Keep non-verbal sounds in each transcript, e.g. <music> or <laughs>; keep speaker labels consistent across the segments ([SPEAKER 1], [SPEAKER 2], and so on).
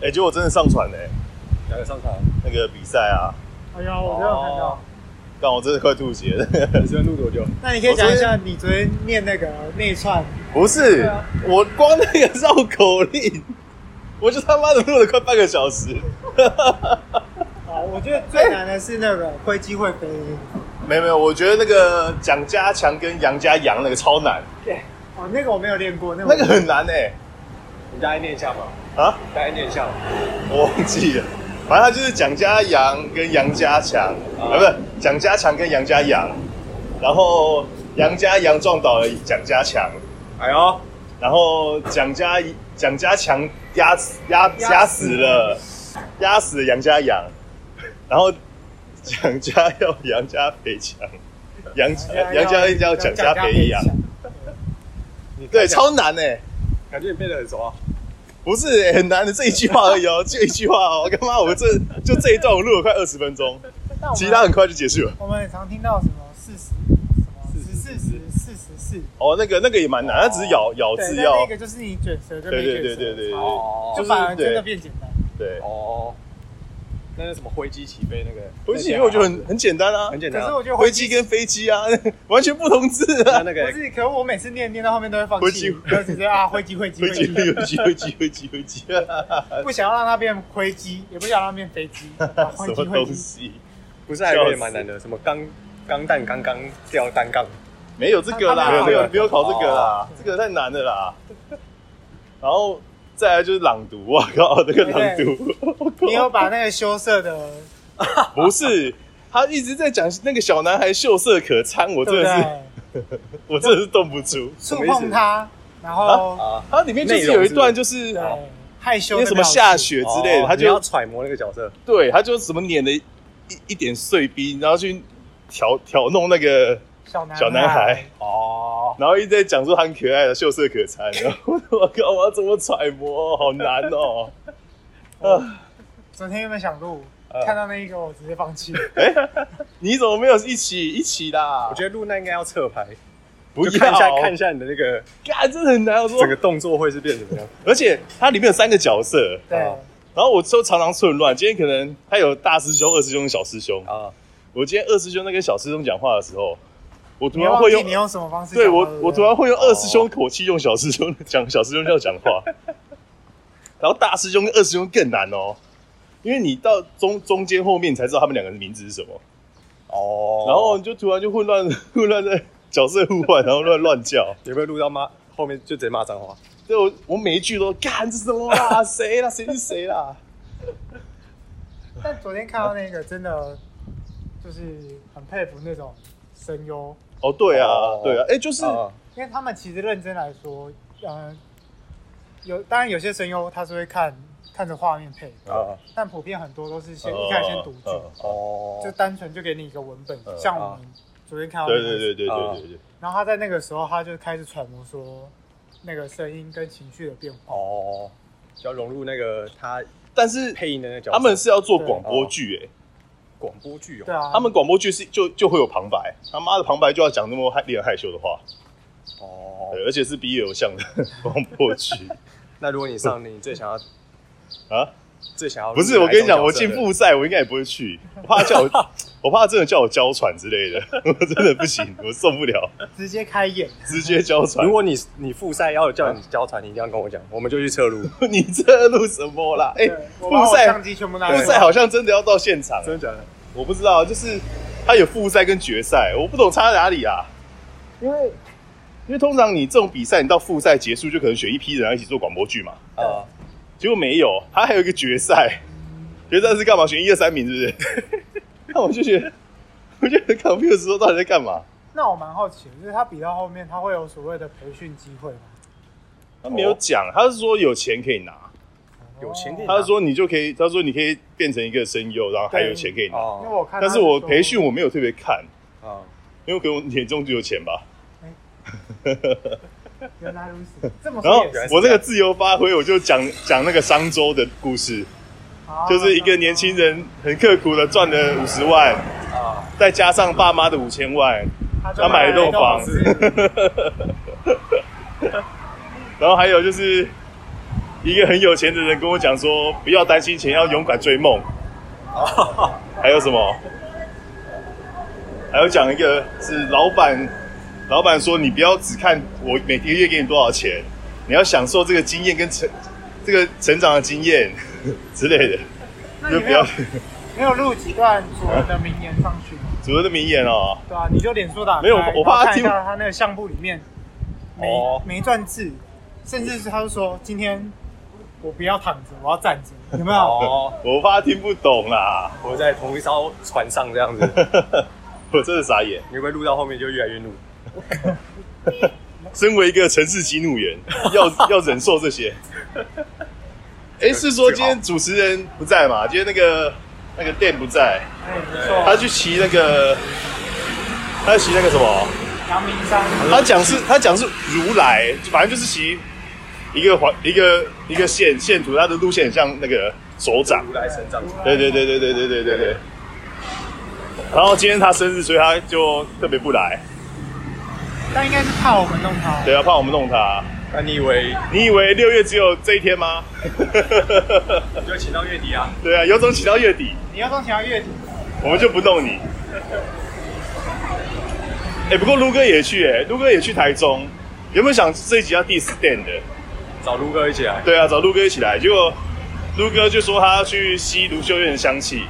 [SPEAKER 1] 哎，结果真的上传嘞，
[SPEAKER 2] 哪个上场？
[SPEAKER 1] 那个比赛啊，
[SPEAKER 3] 哎呀，我没有看到。
[SPEAKER 1] 但我真的快吐血了。
[SPEAKER 2] 你喜欢录多久？
[SPEAKER 3] 那你可以讲一下你昨天念那个内串，
[SPEAKER 1] 不是，
[SPEAKER 3] 对啊
[SPEAKER 1] 我光那个绕口令，我就他妈的录了快半个小时。
[SPEAKER 3] 啊，我觉得最难的是那个会鸡会飞鹰，
[SPEAKER 1] 没有没有，我觉得那个蒋家强跟杨家杨那个超难，
[SPEAKER 3] 对，哦，那个我没有练过，那个
[SPEAKER 1] 那个很难哎、
[SPEAKER 2] 欸你大概念一下嘛，
[SPEAKER 1] 啊，
[SPEAKER 2] 大概念一下嘛。
[SPEAKER 1] 我忘记了。反正他就是蒋家杨跟杨家强，啊，不是蒋家强跟杨家杨，然后杨家杨撞倒了蒋家强，
[SPEAKER 2] 哎呦，
[SPEAKER 1] 然后蒋家蒋家强压死压
[SPEAKER 3] 压死
[SPEAKER 1] 压死了，压死了杨家杨，然后蒋家要杨家赔强，杨家
[SPEAKER 2] 哎
[SPEAKER 1] 杨家要蒋家赔杨，
[SPEAKER 2] 你看
[SPEAKER 1] 对，
[SPEAKER 2] 起来
[SPEAKER 1] 超难哎、
[SPEAKER 2] 感觉你背得很熟啊。
[SPEAKER 1] 不是、欸、很难的这一句话而已哦，就一句话哦，干嘛？我这就这一段我录了快二十分钟，
[SPEAKER 3] 但我们
[SPEAKER 1] 其他很快就结束了。
[SPEAKER 3] 我们很常听到什么四十什么十四十四十四，
[SPEAKER 1] 哦，那个那个也蛮难，它只是咬咬
[SPEAKER 3] 对，
[SPEAKER 1] 字
[SPEAKER 3] 但
[SPEAKER 1] 要
[SPEAKER 3] 那个就是你卷舌跟
[SPEAKER 1] 对对
[SPEAKER 3] 没卷
[SPEAKER 1] 对
[SPEAKER 3] 舌
[SPEAKER 1] 对对对
[SPEAKER 2] 哦
[SPEAKER 3] 就
[SPEAKER 1] 就是
[SPEAKER 3] 反而真
[SPEAKER 1] 对
[SPEAKER 3] 的变简单。
[SPEAKER 1] 对。
[SPEAKER 2] 哦，那是什么挥击起飞那个？
[SPEAKER 1] 回击因为我觉得很很简单啊，
[SPEAKER 2] 很简单
[SPEAKER 3] 可
[SPEAKER 2] 啊。
[SPEAKER 3] 是我觉得
[SPEAKER 1] 回
[SPEAKER 3] 回
[SPEAKER 1] 击跟飞机啊完全不同字啊
[SPEAKER 2] 那。那
[SPEAKER 3] 不
[SPEAKER 2] 个
[SPEAKER 3] 是，可是我每次念念到后面都会放
[SPEAKER 1] 回
[SPEAKER 3] 弃
[SPEAKER 1] 击，
[SPEAKER 3] 就直接啊挥击挥击
[SPEAKER 1] 回
[SPEAKER 3] 挥
[SPEAKER 1] 击
[SPEAKER 3] 击，
[SPEAKER 1] 回击回击回击回击，
[SPEAKER 3] 不想要让它变灰机，也不想让它变飞机，啊
[SPEAKER 1] 什
[SPEAKER 3] 灰
[SPEAKER 1] 么
[SPEAKER 3] 机灰
[SPEAKER 1] 东
[SPEAKER 3] 机。
[SPEAKER 1] 西？
[SPEAKER 2] 不是还有点蛮难的，什么钢钢弹刚刚掉单杠，
[SPEAKER 1] 没有这个啦，
[SPEAKER 3] 他他
[SPEAKER 1] 没
[SPEAKER 3] 没有
[SPEAKER 1] 有没有考这个啦，这个太难了啦。然后再来就是朗读，我靠，那个朗读，
[SPEAKER 3] <laughs> 你有把
[SPEAKER 1] <laughs>
[SPEAKER 3] 那个羞涩的，
[SPEAKER 1] 不是他一直在讲那个小男孩秀色可餐，我真
[SPEAKER 3] 对不
[SPEAKER 1] 的是
[SPEAKER 2] 啊
[SPEAKER 3] 对？
[SPEAKER 1] <laughs> 我真的是动不住。
[SPEAKER 3] 触碰它，然后
[SPEAKER 2] 啊，
[SPEAKER 1] 它里面就是有一段就是
[SPEAKER 3] 对
[SPEAKER 1] 那
[SPEAKER 3] 害羞的
[SPEAKER 1] 啊什么
[SPEAKER 3] 表情
[SPEAKER 1] 下雪之类的，
[SPEAKER 2] 哦
[SPEAKER 1] 他
[SPEAKER 2] 你要
[SPEAKER 1] 就
[SPEAKER 2] 揣摩那个角色，
[SPEAKER 1] 对他就什么碾了一一点碎冰，然后去挑挑弄那个
[SPEAKER 3] 小男
[SPEAKER 1] 小男孩，
[SPEAKER 2] 哦，
[SPEAKER 1] 然后一直在讲说他很可爱的秀色可餐，然
[SPEAKER 2] <laughs>
[SPEAKER 1] 后我靠，我要怎么揣摩？好难哦。啊，
[SPEAKER 3] 昨天有没有想录
[SPEAKER 1] 呃？
[SPEAKER 3] 看到那一个我直接放
[SPEAKER 1] 啊
[SPEAKER 3] 弃了，
[SPEAKER 1] 你怎么没有一起一起啦？
[SPEAKER 2] 我觉得露娜应该要侧拍，
[SPEAKER 1] 不要
[SPEAKER 2] 就看一下看一，下你的那个
[SPEAKER 1] 干真的很难。我说
[SPEAKER 2] 整个，动作会是变怎么样？
[SPEAKER 1] 而且它里面有三个角色，
[SPEAKER 3] 对
[SPEAKER 2] 哦，
[SPEAKER 1] 然后我都常常混乱。今天可能他有大师兄、二师兄、小师兄。
[SPEAKER 2] 啊，
[SPEAKER 1] 我今天二师兄在跟小师兄讲话的时候，我突
[SPEAKER 3] 你
[SPEAKER 1] 然
[SPEAKER 3] 忘
[SPEAKER 1] 会
[SPEAKER 3] 记
[SPEAKER 1] 用
[SPEAKER 3] 你用什么方式讲
[SPEAKER 1] 对
[SPEAKER 3] 话？
[SPEAKER 1] 我，
[SPEAKER 3] 不
[SPEAKER 1] 我突然会用二师兄口气用小师兄 <laughs> 讲小师兄要讲话，然后大师兄跟二师兄更难哦，因为你到中中间后面你才知道他们两个的名字是什么，
[SPEAKER 2] 哦，
[SPEAKER 1] 然后你就突然就混乱 <laughs> 混乱在角色互换，然后乱乱叫。
[SPEAKER 2] 有没有录到骂后面就直接骂脏话？
[SPEAKER 1] 对我我每一句都干这什么啦，谁啦，谁是谁啦？
[SPEAKER 3] 但昨天看到那个真的就是很佩服那种声优，
[SPEAKER 1] 哦，对啊
[SPEAKER 2] 哦，
[SPEAKER 1] 对啊，哎，就是
[SPEAKER 2] 啊
[SPEAKER 3] 因为他们其实认真来说，嗯，有当然有些声优他是会看看着画面配的，
[SPEAKER 2] 啊
[SPEAKER 3] 但普遍很多都是
[SPEAKER 1] 啊
[SPEAKER 3] 先一开始先读剧，
[SPEAKER 1] 嗯
[SPEAKER 2] 哦，
[SPEAKER 3] 就单纯就给你一个文本
[SPEAKER 1] 嗯，
[SPEAKER 3] 像我们昨天看到那
[SPEAKER 1] 对
[SPEAKER 3] 个
[SPEAKER 1] 对对对对对对，
[SPEAKER 3] 然后他在那个时候他就开始揣摩说那个声音跟情绪的变化，
[SPEAKER 2] 哦，就要融入那个他
[SPEAKER 1] 但是
[SPEAKER 2] 配音的那个角色，
[SPEAKER 1] 他们是要做广播剧哎。
[SPEAKER 2] 广播剧哦，
[SPEAKER 3] 对啊，
[SPEAKER 1] 他们广播剧是就就会有旁白，他妈的旁白就要讲那么害令人害羞的话，
[SPEAKER 2] 哦，
[SPEAKER 1] 对，而且是 B 偶像的 <laughs> 广播剧
[SPEAKER 2] 那如果你上，你最想要
[SPEAKER 1] 啊。
[SPEAKER 2] 最想要
[SPEAKER 1] 不是，
[SPEAKER 2] 录
[SPEAKER 1] 我
[SPEAKER 2] 哪一
[SPEAKER 1] 跟你
[SPEAKER 2] 种
[SPEAKER 1] 讲，我
[SPEAKER 2] 角色
[SPEAKER 1] 进
[SPEAKER 2] 的 <laughs>
[SPEAKER 1] 复赛我应该也不会去，我怕叫我， <laughs> 我怕真的叫我娇喘之类的， <laughs> 我真的不行，我受不了，
[SPEAKER 3] 直接开演，
[SPEAKER 1] 直接娇喘
[SPEAKER 2] 如。果你你复赛要叫你交传，你一定要跟我讲，我们就去侧录。
[SPEAKER 1] 你这录什么啦？哎、
[SPEAKER 3] 对我
[SPEAKER 1] 复
[SPEAKER 3] 把我
[SPEAKER 1] 赛
[SPEAKER 3] 相机全部拿
[SPEAKER 1] 复
[SPEAKER 3] 出
[SPEAKER 1] 赛
[SPEAKER 3] 来，
[SPEAKER 1] 好 <laughs> 像真的要到现场，啊
[SPEAKER 2] 的假的？
[SPEAKER 1] 我不知道，就是他有复赛跟决赛，我不懂差哪里啊。因为因为通常你这种比赛，你到复赛结束就可能选一批人来一起做广播剧嘛。
[SPEAKER 2] 啊，
[SPEAKER 1] 结果没有，他还有一个决赛，决赛是干嘛？选一二三名是不是？ <laughs> 那我就觉得，我就很 confused，说到底在干嘛？
[SPEAKER 3] 那我蛮好奇的，就是他比到后面他会有所谓的培训机会吗？
[SPEAKER 1] 他没有
[SPEAKER 2] 哦
[SPEAKER 1] 讲，他是说有钱可以拿，
[SPEAKER 2] 有钱可以拿
[SPEAKER 1] 他是说你就可以，他说你可以变成一个声优，然后还有钱可以
[SPEAKER 2] 哦
[SPEAKER 1] 拿。
[SPEAKER 3] 哦因为我看他
[SPEAKER 1] 但是
[SPEAKER 3] 说，
[SPEAKER 1] 我培训我没有特别看， <laughs>
[SPEAKER 2] 啊，
[SPEAKER 1] 因为可能我年终就有钱吧。
[SPEAKER 3] 原来如此，这么
[SPEAKER 1] <laughs> 然后
[SPEAKER 3] <laughs> 说也是，
[SPEAKER 1] 我这个自由发挥，我就讲讲那个商周的故事，
[SPEAKER 3] 啊
[SPEAKER 1] 就是一个年轻，人很刻苦的赚了五十万，
[SPEAKER 2] 啊，
[SPEAKER 1] 再加上爸妈的五千万，
[SPEAKER 3] 他就
[SPEAKER 1] 他买了一栋房 <laughs>
[SPEAKER 3] 子，
[SPEAKER 1] 然后还有就是一个很有钱的人跟我讲说，不要担心钱，要勇敢追梦。还有什么？还有讲一个是老板，老板说你不要只看我每个月给你多少钱，你要享受这个经验跟成这个成长的经验 <laughs> 之类的，
[SPEAKER 3] 那
[SPEAKER 1] 就
[SPEAKER 3] 你
[SPEAKER 1] 不
[SPEAKER 3] 没
[SPEAKER 1] 要 <laughs>
[SPEAKER 3] 有没有录几段主人的名言上去吗？
[SPEAKER 1] 主任的名言哦。
[SPEAKER 3] 对啊，你就脸书打开
[SPEAKER 1] 没有我
[SPEAKER 3] 然后
[SPEAKER 1] 我怕他
[SPEAKER 3] 看一
[SPEAKER 1] 听
[SPEAKER 3] 下他那个相簿里面每、
[SPEAKER 2] 哦
[SPEAKER 3] 每一段字，甚至是他就说今天我不要躺着，我要站着，有没有？
[SPEAKER 2] 哦，
[SPEAKER 1] 我怕他听不懂啦， <laughs>
[SPEAKER 2] 我在同一艘船上这样子，
[SPEAKER 1] 我真的傻眼。
[SPEAKER 2] 你会不会录到后面就越来
[SPEAKER 1] <laughs>
[SPEAKER 2] 越怒？
[SPEAKER 1] 身为一个城市激怒员，要要忍受这些。哎、是说今天主持人不在嘛？今天那个那个店不在，
[SPEAKER 3] 哎，不
[SPEAKER 1] 他
[SPEAKER 3] 错，
[SPEAKER 1] 去骑那个，他骑那个什么？
[SPEAKER 3] 阳明山，
[SPEAKER 1] 他讲是，他讲是如来，反正就是骑一个环一个一个线线图，它的路线很像那个手掌。
[SPEAKER 2] 如来神掌，
[SPEAKER 1] 对对对对对对对对对。然后今天他生日，所以他就特别不来，
[SPEAKER 3] 他应该是怕我们弄他。
[SPEAKER 1] 对啊，怕我们弄他。
[SPEAKER 2] 那啊你以为
[SPEAKER 1] 你以为六月只有这一天吗？ <laughs>
[SPEAKER 2] 你就请到月底啊？
[SPEAKER 1] 对啊，有种请到月底，
[SPEAKER 3] 你要弄起来月底，
[SPEAKER 1] 我们就不弄你。哎、不过卢哥也去、哎，卢哥也去台中，有没有想这一集要 diss Dan 的？
[SPEAKER 2] 找卢哥一起来，
[SPEAKER 1] 对啊，找陆哥一起来，结果陆哥就说他要去吸卢秀燕的香气，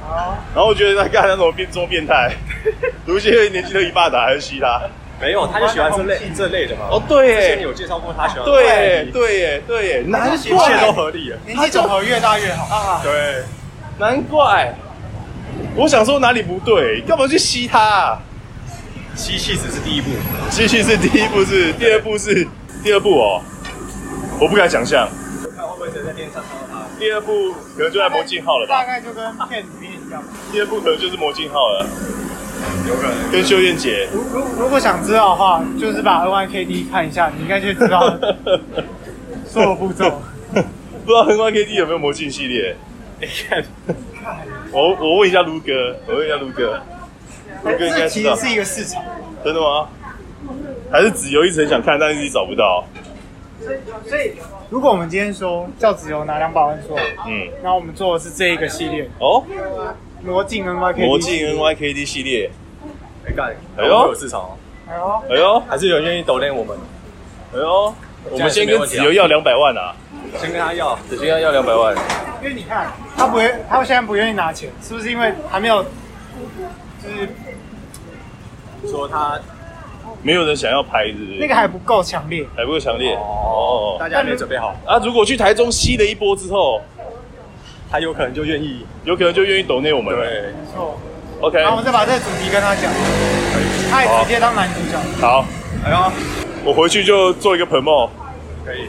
[SPEAKER 3] 好，
[SPEAKER 1] 然后我觉得他干他怎么变这么变态？ <laughs> 卢秀燕年纪都一半大，还是吸他？
[SPEAKER 2] 没有，他就喜欢这类这类的嘛。
[SPEAKER 1] 哦，，对
[SPEAKER 2] 之前你
[SPEAKER 1] 耶，
[SPEAKER 2] 有介绍过他喜欢，
[SPEAKER 1] 对耶，，对耶，对耶，哦难
[SPEAKER 2] 一切都
[SPEAKER 1] 怪，
[SPEAKER 2] 合理了。
[SPEAKER 3] 年纪总和越大越好
[SPEAKER 1] <laughs>
[SPEAKER 3] 啊。
[SPEAKER 2] 对，
[SPEAKER 1] 难怪。我想说哪里不对，干嘛去吸他、啊？
[SPEAKER 2] 吸气只是第一步，
[SPEAKER 1] 吸气是第一步是，第二步是第二步哦，我不敢想象。
[SPEAKER 2] 看会不会真的在天上看到他。
[SPEAKER 1] 第二步可能就在魔镜号了
[SPEAKER 3] 大
[SPEAKER 1] 吧？
[SPEAKER 3] 概就跟片里面一样。
[SPEAKER 1] 第二步可能就是魔镜号了，
[SPEAKER 2] 有可能。
[SPEAKER 1] 跟秀燕
[SPEAKER 2] <laughs>
[SPEAKER 1] 姐。
[SPEAKER 3] 如如如果想知道的话，就是把 NYKD 看一下，你应该就知道所有步骤。
[SPEAKER 1] 不知道横贯 KD 有没有魔镜系列？
[SPEAKER 2] 你看，
[SPEAKER 1] 我我问一下卢哥，我问一下卢哥，卢 <laughs> 哥应该
[SPEAKER 3] 哎这
[SPEAKER 1] 知
[SPEAKER 3] 其
[SPEAKER 1] 道
[SPEAKER 3] 实，是一个市场，
[SPEAKER 1] 真的吗？还是子由一直很想看，但是一直找不到？
[SPEAKER 3] 所以如果我们今天说叫子由拿两百万说，
[SPEAKER 1] 嗯，
[SPEAKER 3] 然后我们做的是这一个系列
[SPEAKER 1] 哦，
[SPEAKER 3] 魔镜 NYKD，
[SPEAKER 1] 魔镜 NYKD 系列，
[SPEAKER 2] 哎干，
[SPEAKER 1] 哎呦
[SPEAKER 2] 有市场哦，
[SPEAKER 3] 哎呦，
[SPEAKER 1] 哎呦
[SPEAKER 2] 还是有人愿意抖练我们，
[SPEAKER 1] 哎呦，我们先跟子由要两百万啊，
[SPEAKER 2] 先跟他要。
[SPEAKER 1] 先要要两百万，
[SPEAKER 3] 因为你看他不会，他现在不愿意拿钱，是不是因为还没有，就是
[SPEAKER 2] 说他
[SPEAKER 1] 没有人想要拍，是不是？
[SPEAKER 3] 那个还不够强烈？
[SPEAKER 1] 还不够强烈哦。
[SPEAKER 2] 哦，大家还没准备好，
[SPEAKER 1] 啊，如果去台中吸了一波之后，
[SPEAKER 2] 他有可能就愿意。
[SPEAKER 1] 有可能就愿意抖内我们了。
[SPEAKER 2] 对，
[SPEAKER 3] 没错，
[SPEAKER 1] OK，
[SPEAKER 3] 然后我们再把这个主题跟他讲，他也直接当男主角。
[SPEAKER 1] 好，
[SPEAKER 2] 哎呦，
[SPEAKER 1] 我回去就做一个 promo，
[SPEAKER 2] 可以，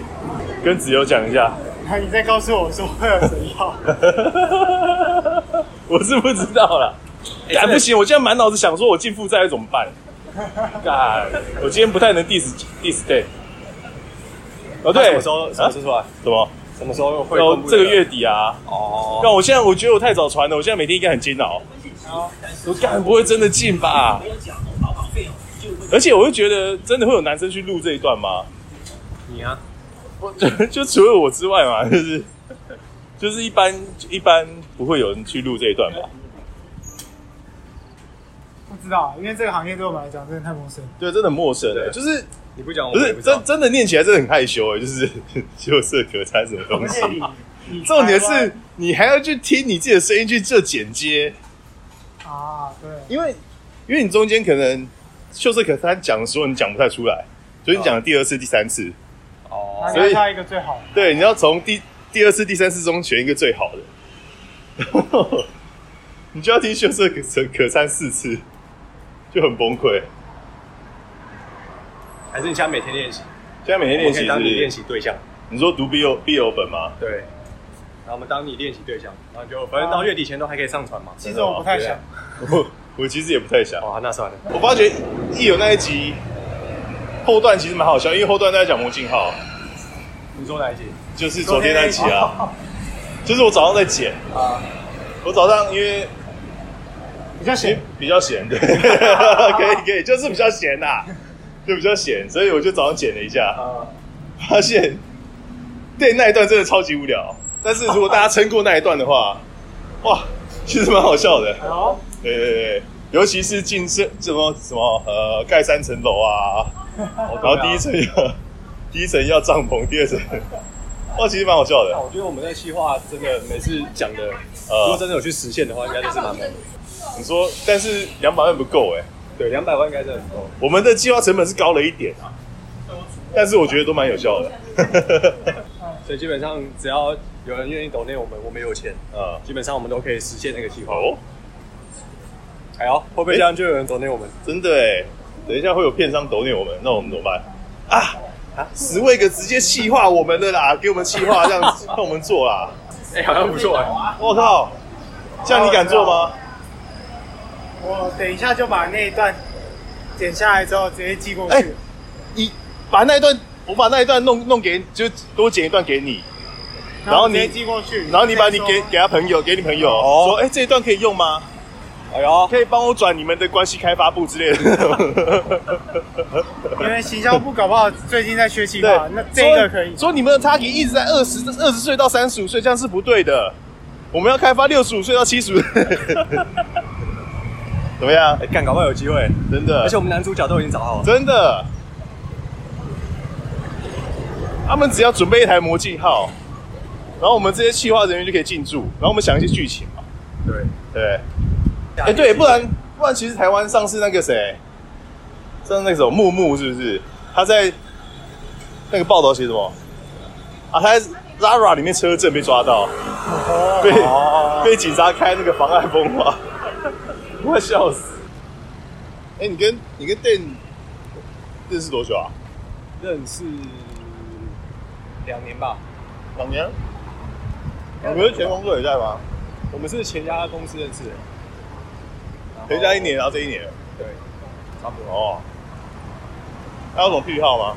[SPEAKER 1] 跟子由讲一下。
[SPEAKER 3] 然后你再告诉我说会有谁要？
[SPEAKER 1] <laughs> 我是不知道啦。
[SPEAKER 2] 哎
[SPEAKER 1] 哎，
[SPEAKER 2] 真的
[SPEAKER 1] 不行，我现在满脑子想说，我进负债又怎么办？干，我今天不太能 diss diss day。哦，
[SPEAKER 2] 他
[SPEAKER 1] 对，
[SPEAKER 2] 什么时候什么
[SPEAKER 1] 啊
[SPEAKER 2] 时候出来？
[SPEAKER 1] 什么？
[SPEAKER 2] 什么时候会
[SPEAKER 1] 要
[SPEAKER 2] 公布
[SPEAKER 1] 这个月底啊。
[SPEAKER 2] 哦，
[SPEAKER 1] 但我现在我觉得我太早传了，我现在每天应该很煎
[SPEAKER 2] <laughs>
[SPEAKER 1] 熬。
[SPEAKER 3] 好
[SPEAKER 1] 我哦干不会真的进吧？而且我就觉得，真的会有男生去录这一段吗？ <laughs>
[SPEAKER 2] 你啊，
[SPEAKER 1] 就就除了我之外嘛，就是就是一般一般不会有人去录这一段吧？
[SPEAKER 3] 不知道，因为这个行业对我们来讲真的太陌生。
[SPEAKER 1] 对，真的很陌生、
[SPEAKER 2] 对
[SPEAKER 1] 就是
[SPEAKER 2] 你不讲我
[SPEAKER 1] 不
[SPEAKER 2] 们也
[SPEAKER 1] 是
[SPEAKER 2] 不知道
[SPEAKER 1] 真。真的念起来真的很害羞哎、就是 <laughs> 羞涩可餐什么东西。
[SPEAKER 3] 你
[SPEAKER 1] <laughs> 重点是你还要去听你自己的声音去做剪接，
[SPEAKER 3] 啊，对，
[SPEAKER 1] 因为因为你中间可能羞涩可餐讲的时候你讲不太出来，所以你讲了第二次、第三次，
[SPEAKER 3] 那
[SPEAKER 2] 哦，
[SPEAKER 3] 你要挑一个最好的。
[SPEAKER 1] 对，你要从第第二次、第三次中选一个最好的， <laughs> 然后你就要听羞涩可可餐四次，就很崩溃。
[SPEAKER 2] 还是你现在每天练习，
[SPEAKER 1] 现在每天练习是
[SPEAKER 2] 我们可以
[SPEAKER 1] 不
[SPEAKER 2] 当你练
[SPEAKER 1] 是？
[SPEAKER 2] 习对象，
[SPEAKER 1] 你说读 B O B O 本吗？
[SPEAKER 2] 对。然后我们当你练习对象，然后就反正到月底前都还可以上传嘛。
[SPEAKER 3] 其实我不太想，
[SPEAKER 1] 我我其实也不太想。
[SPEAKER 2] 哦哇，那算了，
[SPEAKER 1] 我发觉一有那一集后段其实蛮好笑，因为后段在讲魔镜号，
[SPEAKER 2] 你说哪一集？
[SPEAKER 1] 就是昨天那一集啊，就是我早上在剪，
[SPEAKER 2] 啊，
[SPEAKER 1] 我早上因为
[SPEAKER 3] 比较闲，
[SPEAKER 1] 比较 <laughs> 闲，对，可以可以，就是比较闲啊
[SPEAKER 2] 呃
[SPEAKER 1] 呐、就比较闲，所以我就早上剪了一下，
[SPEAKER 2] 啊，
[SPEAKER 1] 发现对，那一段真的超级无聊。但是如果大家撑过那一段的 <laughs> 话，哇，其实蛮好笑的。
[SPEAKER 3] 好，
[SPEAKER 1] 对对对，尤其是进是什么什么呃，盖三层楼啊，然后第一层要 <laughs> 第一层要帐篷，第二层，哇，其实蛮好笑的
[SPEAKER 2] 啊。我觉得我们在计划真的每次讲的，如果
[SPEAKER 1] 呃，
[SPEAKER 2] 真的有去实现的话，应该就是蛮猛的。
[SPEAKER 1] 你说，但是两百万不够哎、
[SPEAKER 2] 对，两百万应该真的很够。
[SPEAKER 1] 我们的计划成本是高了一点啊，但是我觉得都蛮有效的。 <laughs>
[SPEAKER 2] 所以基本上只要有人愿意抖内我们，我们有钱，
[SPEAKER 1] 嗯，
[SPEAKER 2] 基本上我们都可以实现那个计划。
[SPEAKER 1] 哦，
[SPEAKER 2] 哎呦，会不会这样就有人抖内我们？
[SPEAKER 1] 真的哎，等一下会有片商抖虐我们，那我们怎么办啊？啊，十位个直接气化我们的啦，给我们气化这样子让我们做啦。
[SPEAKER 2] 哎、好像不错哎、
[SPEAKER 1] 我靠，这样你敢做吗？
[SPEAKER 3] 我等一下就把那一段剪下来之后直接寄过
[SPEAKER 1] 哎
[SPEAKER 3] 去。
[SPEAKER 1] 你把那一段，我把那一段弄弄给，就多剪一段给你，然后
[SPEAKER 3] 直接
[SPEAKER 1] 你，
[SPEAKER 3] 寄过去，
[SPEAKER 1] 然后你把你
[SPEAKER 3] 再
[SPEAKER 1] 给
[SPEAKER 3] 说
[SPEAKER 1] 给他朋友，给你朋友
[SPEAKER 2] 哦
[SPEAKER 1] 说，哎，这一段可以用吗？
[SPEAKER 2] 哎呦，
[SPEAKER 1] 可以帮我转你们的关系开发部之类
[SPEAKER 3] <laughs>
[SPEAKER 1] 的。
[SPEAKER 3] 因为行销部搞不好最近在学习
[SPEAKER 1] 对
[SPEAKER 3] 嘛，，那这个可以。
[SPEAKER 1] 说你们的 target 一直在二十二十岁到三十五岁，这样是不对的。我们要开发六十五岁 <laughs> 到七十五。怎么样？
[SPEAKER 2] 哎、干，搞不好有机会。
[SPEAKER 1] 真的，
[SPEAKER 2] 而且我们男主角都已经找好了，
[SPEAKER 1] 真的，他们只要准备一台魔镜号，然后我们这些企划人员就可以进驻，然后我们想一些剧情嘛。
[SPEAKER 2] 对，
[SPEAKER 1] 对，哎、对，不然不然，其实台湾上次那个谁，上次那个什么木木是不是？他在那个报道写什么？啊，他在 Zara 里面车震被抓到，被
[SPEAKER 2] 哦，
[SPEAKER 1] 被警察开那个妨碍风化， <laughs> 我快笑死！哎、你跟你跟 Dan 认识多久啊？
[SPEAKER 2] 认识两年吧，
[SPEAKER 1] 两年？你们是前工作也在吗？
[SPEAKER 2] 我们是前家公司认识的，然后
[SPEAKER 1] 陪家一，年，然后这一年
[SPEAKER 2] 对，差不多。
[SPEAKER 1] 哦。他有什么癖好吗？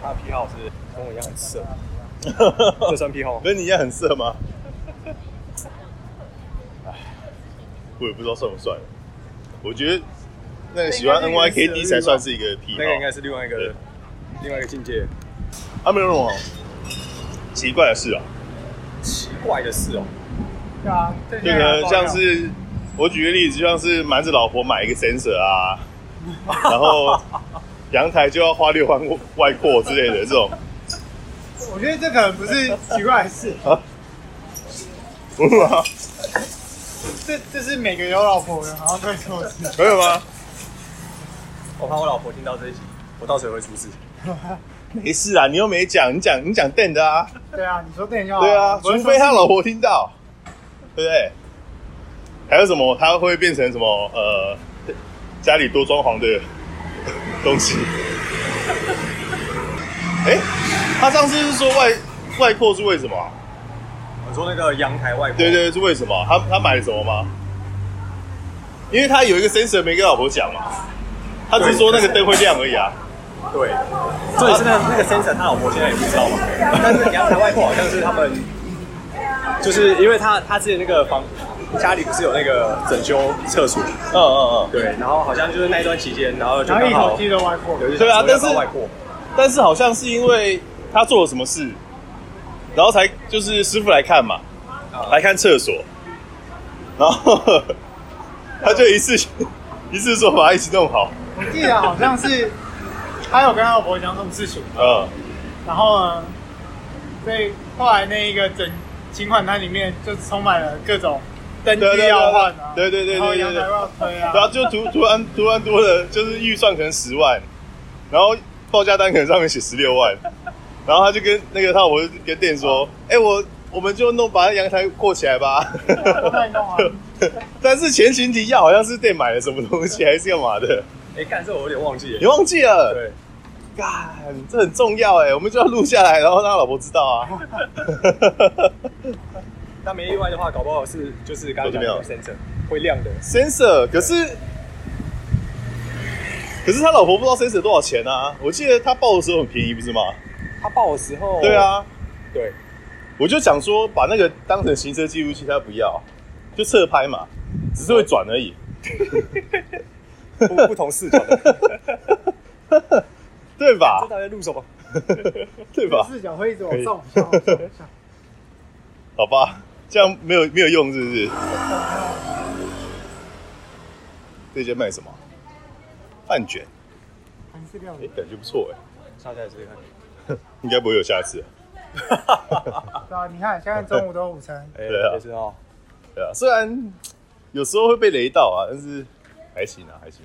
[SPEAKER 2] 他的癖好是跟我一样很色，这算癖好吗？
[SPEAKER 1] 跟你一样很色吗？我也不知道算不算，我觉得那个喜欢
[SPEAKER 3] 那应该是一个
[SPEAKER 1] NYKD 才算是一个癖
[SPEAKER 2] 那个应该
[SPEAKER 1] 好。
[SPEAKER 2] 是另外一个另外一个境界。
[SPEAKER 1] 他啊们有那种奇怪的事啊，
[SPEAKER 2] 奇怪的事哦，
[SPEAKER 3] 对啊，这
[SPEAKER 1] 就可能像是我举个例子，就像是瞒着老婆买一个 sensor 啊，然后阳台就要花六万外扩之类的这种，
[SPEAKER 3] 我觉得这可能不是奇怪的事，
[SPEAKER 1] 啊 <laughs>
[SPEAKER 3] 这这是每个有老婆的好像都会做的事。
[SPEAKER 1] 没有吗？
[SPEAKER 2] 我怕我老婆听到这一集，我到时候也会出事。
[SPEAKER 1] 没事啊，你又没讲，你讲你讲 Dan 的啊，
[SPEAKER 3] 对啊，你说等一下，
[SPEAKER 1] 对啊，
[SPEAKER 3] 我不
[SPEAKER 1] 除
[SPEAKER 3] 是说
[SPEAKER 1] 非他老婆听到，对不对？还有什么？他会变成什么？呃，家里多装潢的东西。 <laughs> 哎、他上次是说外外扩是为什么啊？
[SPEAKER 2] 我说那个阳台外婆，
[SPEAKER 1] 对，对，是为什么？啊他他买了什么吗？因为他有一个 sensor 没跟老婆讲嘛，他只是说那个灯会亮而已啊。
[SPEAKER 2] 对，重点是那那个 sensor 他老婆现在也不知道嘛，但是阳台外婆好像是他们，就是因为他他之前那个房家里不是有那个整修厕所，
[SPEAKER 1] 嗯嗯嗯。
[SPEAKER 2] 对，然后好像就是那一段期间，然后就
[SPEAKER 3] 然后
[SPEAKER 2] 刚
[SPEAKER 3] 一
[SPEAKER 2] 好
[SPEAKER 3] 口气都外过，
[SPEAKER 2] 有一些
[SPEAKER 1] 对啊但是
[SPEAKER 2] 外婆，
[SPEAKER 1] 但是好像是因为他做了什么事，然后才就是师傅来看嘛，
[SPEAKER 3] 啊
[SPEAKER 1] 来看厕所，然后他就一次 <laughs> 一次说把它一起弄好，
[SPEAKER 3] 我记得好像是他有跟他老婆讲什么事情，
[SPEAKER 1] 嗯，
[SPEAKER 3] 然后呢，所以后来那一个整请款单里面就充满了各种登
[SPEAKER 1] 对对
[SPEAKER 3] 记
[SPEAKER 1] 对
[SPEAKER 3] 要换啊，
[SPEAKER 1] 对对对对
[SPEAKER 3] 然后
[SPEAKER 1] 对
[SPEAKER 3] 阳
[SPEAKER 1] 对
[SPEAKER 3] 台要推啊，
[SPEAKER 1] 然后就突突然突然多了，就是预算可能十万，然后报价单可能上面写十六万，然后他就跟那个他我就跟店说，
[SPEAKER 3] 啊
[SPEAKER 1] 哎、我我们就弄把那阳台过起来吧，
[SPEAKER 3] <laughs> 我帮你弄啊
[SPEAKER 1] <laughs> 但是前情提要好像是店买了什么东西还是干嘛的，
[SPEAKER 2] 哎，干这我有点忘记
[SPEAKER 1] 你
[SPEAKER 2] 了，
[SPEAKER 1] 忘记了？
[SPEAKER 2] 对，
[SPEAKER 1] 干，这很重要哎，我们就要录下来，然后让老婆知道啊。 <laughs>
[SPEAKER 2] 但没意外的话，搞不好是就是刚刚讲的那个 sensor 会亮的，
[SPEAKER 1] Sensor，可是，可是他老婆不知道 Sensor 多少钱啊？我记得他报的时候很便宜，不是吗？
[SPEAKER 2] 他爆的时候，
[SPEAKER 1] 对，啊，
[SPEAKER 2] 对，
[SPEAKER 1] 我就想说把那个当成行车记录器，他不要，就侧拍嘛，只是会转而已。
[SPEAKER 2] 不不同视角的，
[SPEAKER 1] 对吧
[SPEAKER 2] <laughs> 这？到底在录什么？
[SPEAKER 1] 对吧？
[SPEAKER 3] 视角会一直往上往下往上往下。
[SPEAKER 1] 好吧，这样没有没有用，是不是？这间卖什么？饭卷，
[SPEAKER 3] 韩式料
[SPEAKER 1] 哎、
[SPEAKER 3] 理，
[SPEAKER 1] 感觉不错哎、
[SPEAKER 2] 下次来试试看。
[SPEAKER 1] 应该不会有下次。
[SPEAKER 3] 对啊，你看现在中午都有午餐，
[SPEAKER 2] 哎
[SPEAKER 1] 对啊
[SPEAKER 2] 也是哦。
[SPEAKER 1] 对啊，虽然有时候会被雷到啊，但是还行啊，还行。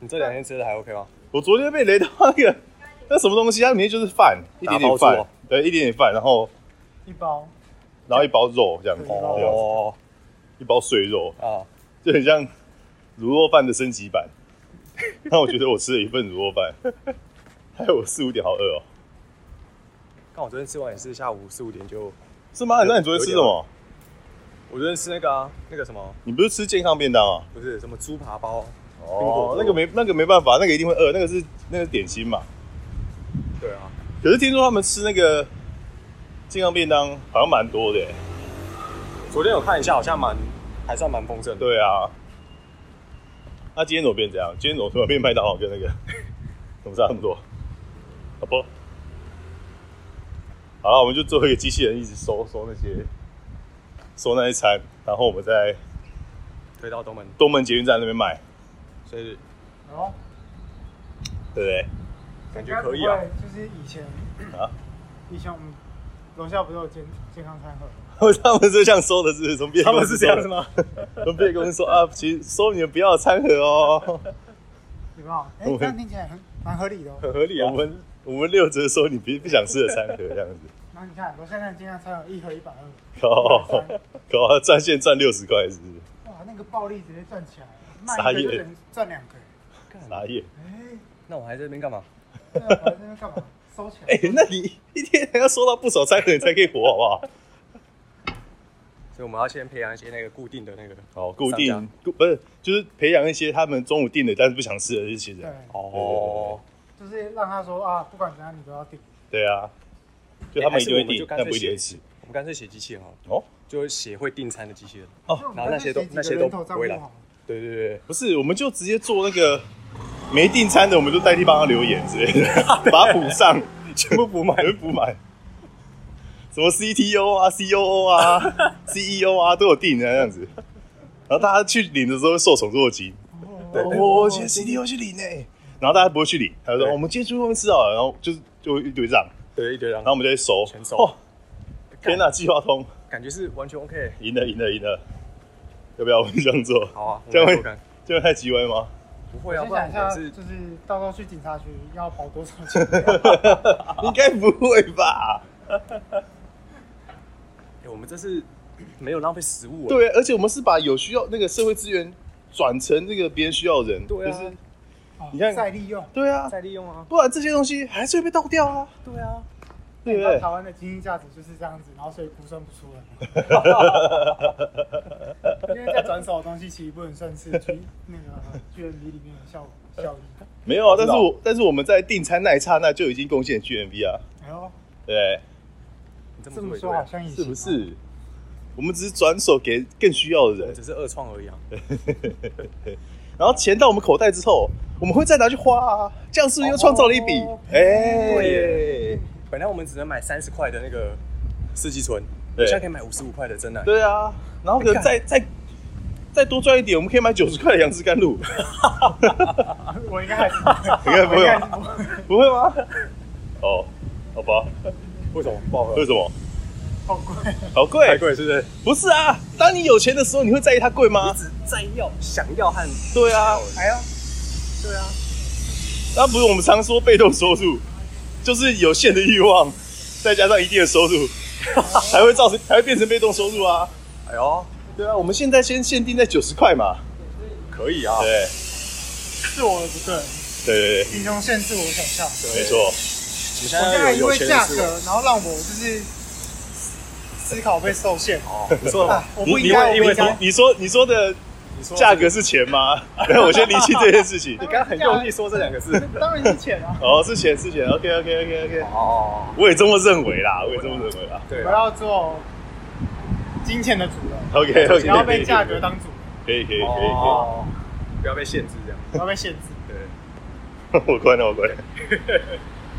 [SPEAKER 2] 你这两天吃的还 OK 吗？
[SPEAKER 1] 我昨天被雷到那个 <laughs> 那什么东西，啊它里面就是饭，一点点
[SPEAKER 2] 打包住
[SPEAKER 1] 饭
[SPEAKER 2] 哦，
[SPEAKER 1] 对，一点点饭，然后
[SPEAKER 3] 一包
[SPEAKER 1] 然后一包肉这样子，
[SPEAKER 3] 哦
[SPEAKER 1] 对啊，一包碎肉，
[SPEAKER 2] 啊，
[SPEAKER 1] 就很像卤肉饭的升级版。 <laughs> 那我觉得我吃了一份卤肉饭，害我四五点好饿哦。
[SPEAKER 2] 刚我昨天吃完也是下午四五点就，
[SPEAKER 1] 是吗？那你昨天吃什么？
[SPEAKER 2] 我昨天吃那个啊，那个什么
[SPEAKER 1] 你不是吃健康便当啊？
[SPEAKER 2] 不是什么猪扒包，
[SPEAKER 1] 哦，那个没那个没办法，那个一定会饿，那个是那个是点心嘛。
[SPEAKER 2] 对啊，
[SPEAKER 1] 可是听说他们吃那个健康便当好像蛮多的耶。
[SPEAKER 2] 昨天有看一下，好像蛮还算蛮丰盛的。
[SPEAKER 1] 对啊，那今天怎么变这样？今天怎么突然变麦当劳跟那个？ <laughs> 怎么差那么多？好不？好了，我们就做一个机器人，一直收收那些收那些餐，然后我们在
[SPEAKER 2] 推到东门，
[SPEAKER 1] 东门捷运站那边卖，
[SPEAKER 2] 所以
[SPEAKER 3] 哦，
[SPEAKER 1] 对不对？ <laughs>
[SPEAKER 2] 感觉可以啊
[SPEAKER 3] 该。不会就是以前
[SPEAKER 1] 啊，
[SPEAKER 3] 以前我们楼下不是有健健康餐盒？
[SPEAKER 1] 他们是这样收的，是不是？从别的
[SPEAKER 2] 他们
[SPEAKER 1] 公司
[SPEAKER 2] 是这样
[SPEAKER 1] 收
[SPEAKER 2] 子
[SPEAKER 1] 的？
[SPEAKER 2] 吗？
[SPEAKER 1] 从别的公司说啊，其实收你们不要的餐盒哦，
[SPEAKER 3] 有没有？哎、
[SPEAKER 1] 我
[SPEAKER 3] 这样听起来很蛮合理的、哦。
[SPEAKER 2] 很合理啊
[SPEAKER 1] 我。们我们六折收你不不想吃的餐盒这 <laughs> 样子。
[SPEAKER 3] 然后你看楼下那个健康餐盒一盒一百二，
[SPEAKER 1] 哦，哦，赚现赚六十块是不是？
[SPEAKER 3] 哇，那个暴利直接赚起来了，卖
[SPEAKER 1] 傻
[SPEAKER 3] 一
[SPEAKER 1] 眼
[SPEAKER 3] 个就能赚两个。
[SPEAKER 1] 傻眼。
[SPEAKER 3] 哎、
[SPEAKER 2] 那我还在这边干嘛？
[SPEAKER 3] 这个我在那边干嘛？收起
[SPEAKER 1] 哎、
[SPEAKER 3] 来。
[SPEAKER 1] 那你一天还要收到不少餐盒，你才可以活，好不好？
[SPEAKER 2] 所以我们要先培养一些那个固定的那个
[SPEAKER 1] <laughs> 好，固
[SPEAKER 2] 商
[SPEAKER 1] 定
[SPEAKER 2] 家
[SPEAKER 1] 固不是就是培养一些他们中午订的，但是不想吃的这些人。
[SPEAKER 3] 对，
[SPEAKER 2] 哦，
[SPEAKER 3] 就是让他说啊，不管怎样你都要订。
[SPEAKER 1] 对哎啊，就他们一定会
[SPEAKER 2] 哎还是我们
[SPEAKER 1] 订
[SPEAKER 2] 就，干脆
[SPEAKER 1] 但不一定会吃。
[SPEAKER 2] 我们干脆写机器人好了，
[SPEAKER 1] 哦，
[SPEAKER 2] 就是写会订餐的机器人。
[SPEAKER 3] 我们
[SPEAKER 2] 哦然后那些都
[SPEAKER 3] 干脆
[SPEAKER 2] 那
[SPEAKER 3] 写
[SPEAKER 2] 些
[SPEAKER 3] 几
[SPEAKER 2] 都
[SPEAKER 3] 个人头账
[SPEAKER 2] 不会来
[SPEAKER 3] 户好了
[SPEAKER 2] 对对对，
[SPEAKER 1] 不是，我们就直接做那个没订餐的，我们就代替帮他留言之 <laughs> 类的，把它补上，全部补满，全部补满。什么 CTO 啊、COO 啊、CEO 啊都有订的这样子，然后大家去领的时候会受宠若惊。
[SPEAKER 3] 对
[SPEAKER 1] 我今天 CTO 去领呢、然后大家不会去领，他就说、
[SPEAKER 2] 对
[SPEAKER 1] 我们今天去外面吃好了，然后就是就一堆账，
[SPEAKER 2] 对一堆人
[SPEAKER 1] 然后我们就去收，
[SPEAKER 2] 全收
[SPEAKER 1] 哦天哪、计划通，
[SPEAKER 2] 感觉是完全 OK。
[SPEAKER 1] 赢了赢了赢了，要不要我们这样做？
[SPEAKER 2] 好啊，我
[SPEAKER 1] 这样
[SPEAKER 2] 们来
[SPEAKER 1] 会
[SPEAKER 2] 做看。
[SPEAKER 1] 这样太极端吗？
[SPEAKER 2] 不会啊，
[SPEAKER 3] 先
[SPEAKER 2] 不
[SPEAKER 3] 想
[SPEAKER 2] 然
[SPEAKER 3] 一
[SPEAKER 2] 我们
[SPEAKER 3] 下，
[SPEAKER 2] 是
[SPEAKER 3] 就是到时候去警察局要保多少钱？
[SPEAKER 1] 应该不会吧？
[SPEAKER 2] 哎、我们这是没有浪费食物、啊。
[SPEAKER 1] 对，而且我们是把有需要那个社会资源转成这个别人需要的人，
[SPEAKER 2] 对啊，
[SPEAKER 1] 就是
[SPEAKER 3] 哦
[SPEAKER 1] 你看
[SPEAKER 3] 再利用，
[SPEAKER 1] 对啊，
[SPEAKER 2] 再利用啊。
[SPEAKER 1] 不然这些东西还是会被倒掉啊，哎
[SPEAKER 2] 对啊，
[SPEAKER 1] 对不
[SPEAKER 3] 那
[SPEAKER 1] 对
[SPEAKER 3] 台？湾的经济价值就是这样子，然后所以估算不出来，因为在转手的东西其实不能算是 G 那个 GMV 里面的效效益。
[SPEAKER 1] 没有啊，但是
[SPEAKER 2] 我
[SPEAKER 1] 我但是我们在订餐那一刹那就已经贡献了 GMV 啊，
[SPEAKER 3] 哎呦，
[SPEAKER 1] 对，
[SPEAKER 2] 你这么
[SPEAKER 3] 这么
[SPEAKER 2] 说也
[SPEAKER 3] 说
[SPEAKER 2] 对啊
[SPEAKER 3] 好像也行
[SPEAKER 1] 是不？是？我们只是转手给更需要的
[SPEAKER 2] 我
[SPEAKER 1] 人
[SPEAKER 2] 们，只是二创而已啊。
[SPEAKER 1] 然后钱到我们口袋之后，我们会再拿去花啊，这样是不是又创造了一笔
[SPEAKER 2] 哦？
[SPEAKER 1] 哎、
[SPEAKER 2] 对本来我们只能买三十块的那个四季春，
[SPEAKER 1] 对
[SPEAKER 2] 现在可以买五十五块的真奶。
[SPEAKER 1] 对啊，然后可能再再再多赚一点，我们可以买九十块的杨枝甘 <laughs> 露，
[SPEAKER 3] 啊我应该还是
[SPEAKER 1] 应该不会吧？
[SPEAKER 3] 我应该是
[SPEAKER 1] 不会 <laughs> 吗？哦，好吧，
[SPEAKER 2] 为什么不好喝
[SPEAKER 1] 为？什么？
[SPEAKER 3] 好贵，
[SPEAKER 1] 好
[SPEAKER 2] 太
[SPEAKER 1] 贵？
[SPEAKER 2] 贵是不是？
[SPEAKER 1] 不是啊，当你有钱的时候，你会在意它贵吗？
[SPEAKER 2] 只在要、想要和
[SPEAKER 1] 对啊，
[SPEAKER 3] 哎呦，
[SPEAKER 2] 对啊，
[SPEAKER 1] 那不是我们常说被动收入，就是有限的欲望，再加上一定的收入， <laughs> 才会造成，才会变成被动收入啊。
[SPEAKER 2] 哎呦，
[SPEAKER 1] 对啊，我们现在先限定在九十块嘛。
[SPEAKER 2] 可以啊。
[SPEAKER 1] 对
[SPEAKER 3] 是我的不对，
[SPEAKER 1] 对对
[SPEAKER 3] 贫穷限制我想象。
[SPEAKER 1] 对，没错。
[SPEAKER 2] 你
[SPEAKER 3] 我
[SPEAKER 2] 现
[SPEAKER 3] 现在
[SPEAKER 2] 在
[SPEAKER 3] 因
[SPEAKER 2] 有有
[SPEAKER 3] 为
[SPEAKER 2] 钱
[SPEAKER 3] 价
[SPEAKER 2] 的是
[SPEAKER 3] 格，然后让我就是思考被受限。
[SPEAKER 2] 哦，不错了
[SPEAKER 3] 啊，我不
[SPEAKER 1] 你
[SPEAKER 3] 应该，
[SPEAKER 1] 你
[SPEAKER 3] 我不
[SPEAKER 1] 你
[SPEAKER 3] 应该。
[SPEAKER 1] 你说你说的
[SPEAKER 2] 你说
[SPEAKER 1] 价格是钱 <laughs> 吗？让我先理清这件事 <laughs> 情。
[SPEAKER 2] 你刚刚很用力说这两个字。
[SPEAKER 3] <laughs> 当然是钱啊！
[SPEAKER 1] 哦，是钱是钱，OK OK OK OK，
[SPEAKER 2] 哦，
[SPEAKER 1] 我也这么认为啦，我也这么认为啦。
[SPEAKER 2] 对
[SPEAKER 3] 我
[SPEAKER 2] 啊，
[SPEAKER 3] 要做金钱的主人，
[SPEAKER 1] OK OK，
[SPEAKER 3] 不要被价格当主哦人，
[SPEAKER 1] 可以可以可以可 <laughs>
[SPEAKER 2] 哦，不要被限制这样。
[SPEAKER 3] 不要被限制。
[SPEAKER 2] 对，
[SPEAKER 1] 以，我关了我关了。